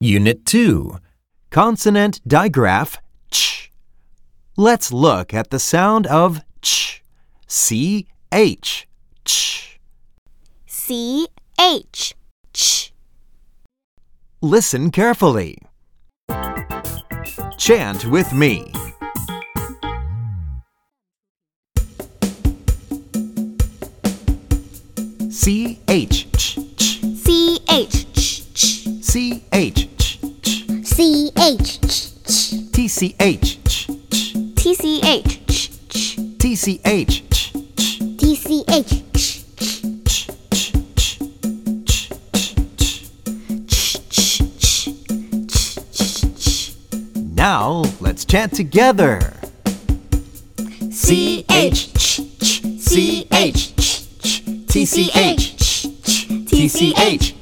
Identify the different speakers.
Speaker 1: Unit 2 Consonant Digraph ch. Let's look at the sound of ch. C H ch.
Speaker 2: C H ch
Speaker 1: Listen carefully. Chant with me. C H ch ch
Speaker 2: C H ch ch
Speaker 1: C H ch ch
Speaker 2: C H ch ch
Speaker 1: T C H ch ch
Speaker 2: T C H ch ch
Speaker 1: T C H ch ch
Speaker 2: T C H ch ch
Speaker 1: ch ch ch ch ch ch.
Speaker 2: ch ch ch ch ch ch
Speaker 1: Now let's chant together.
Speaker 2: C H ch ch C H ch ch T C H ch ch T C H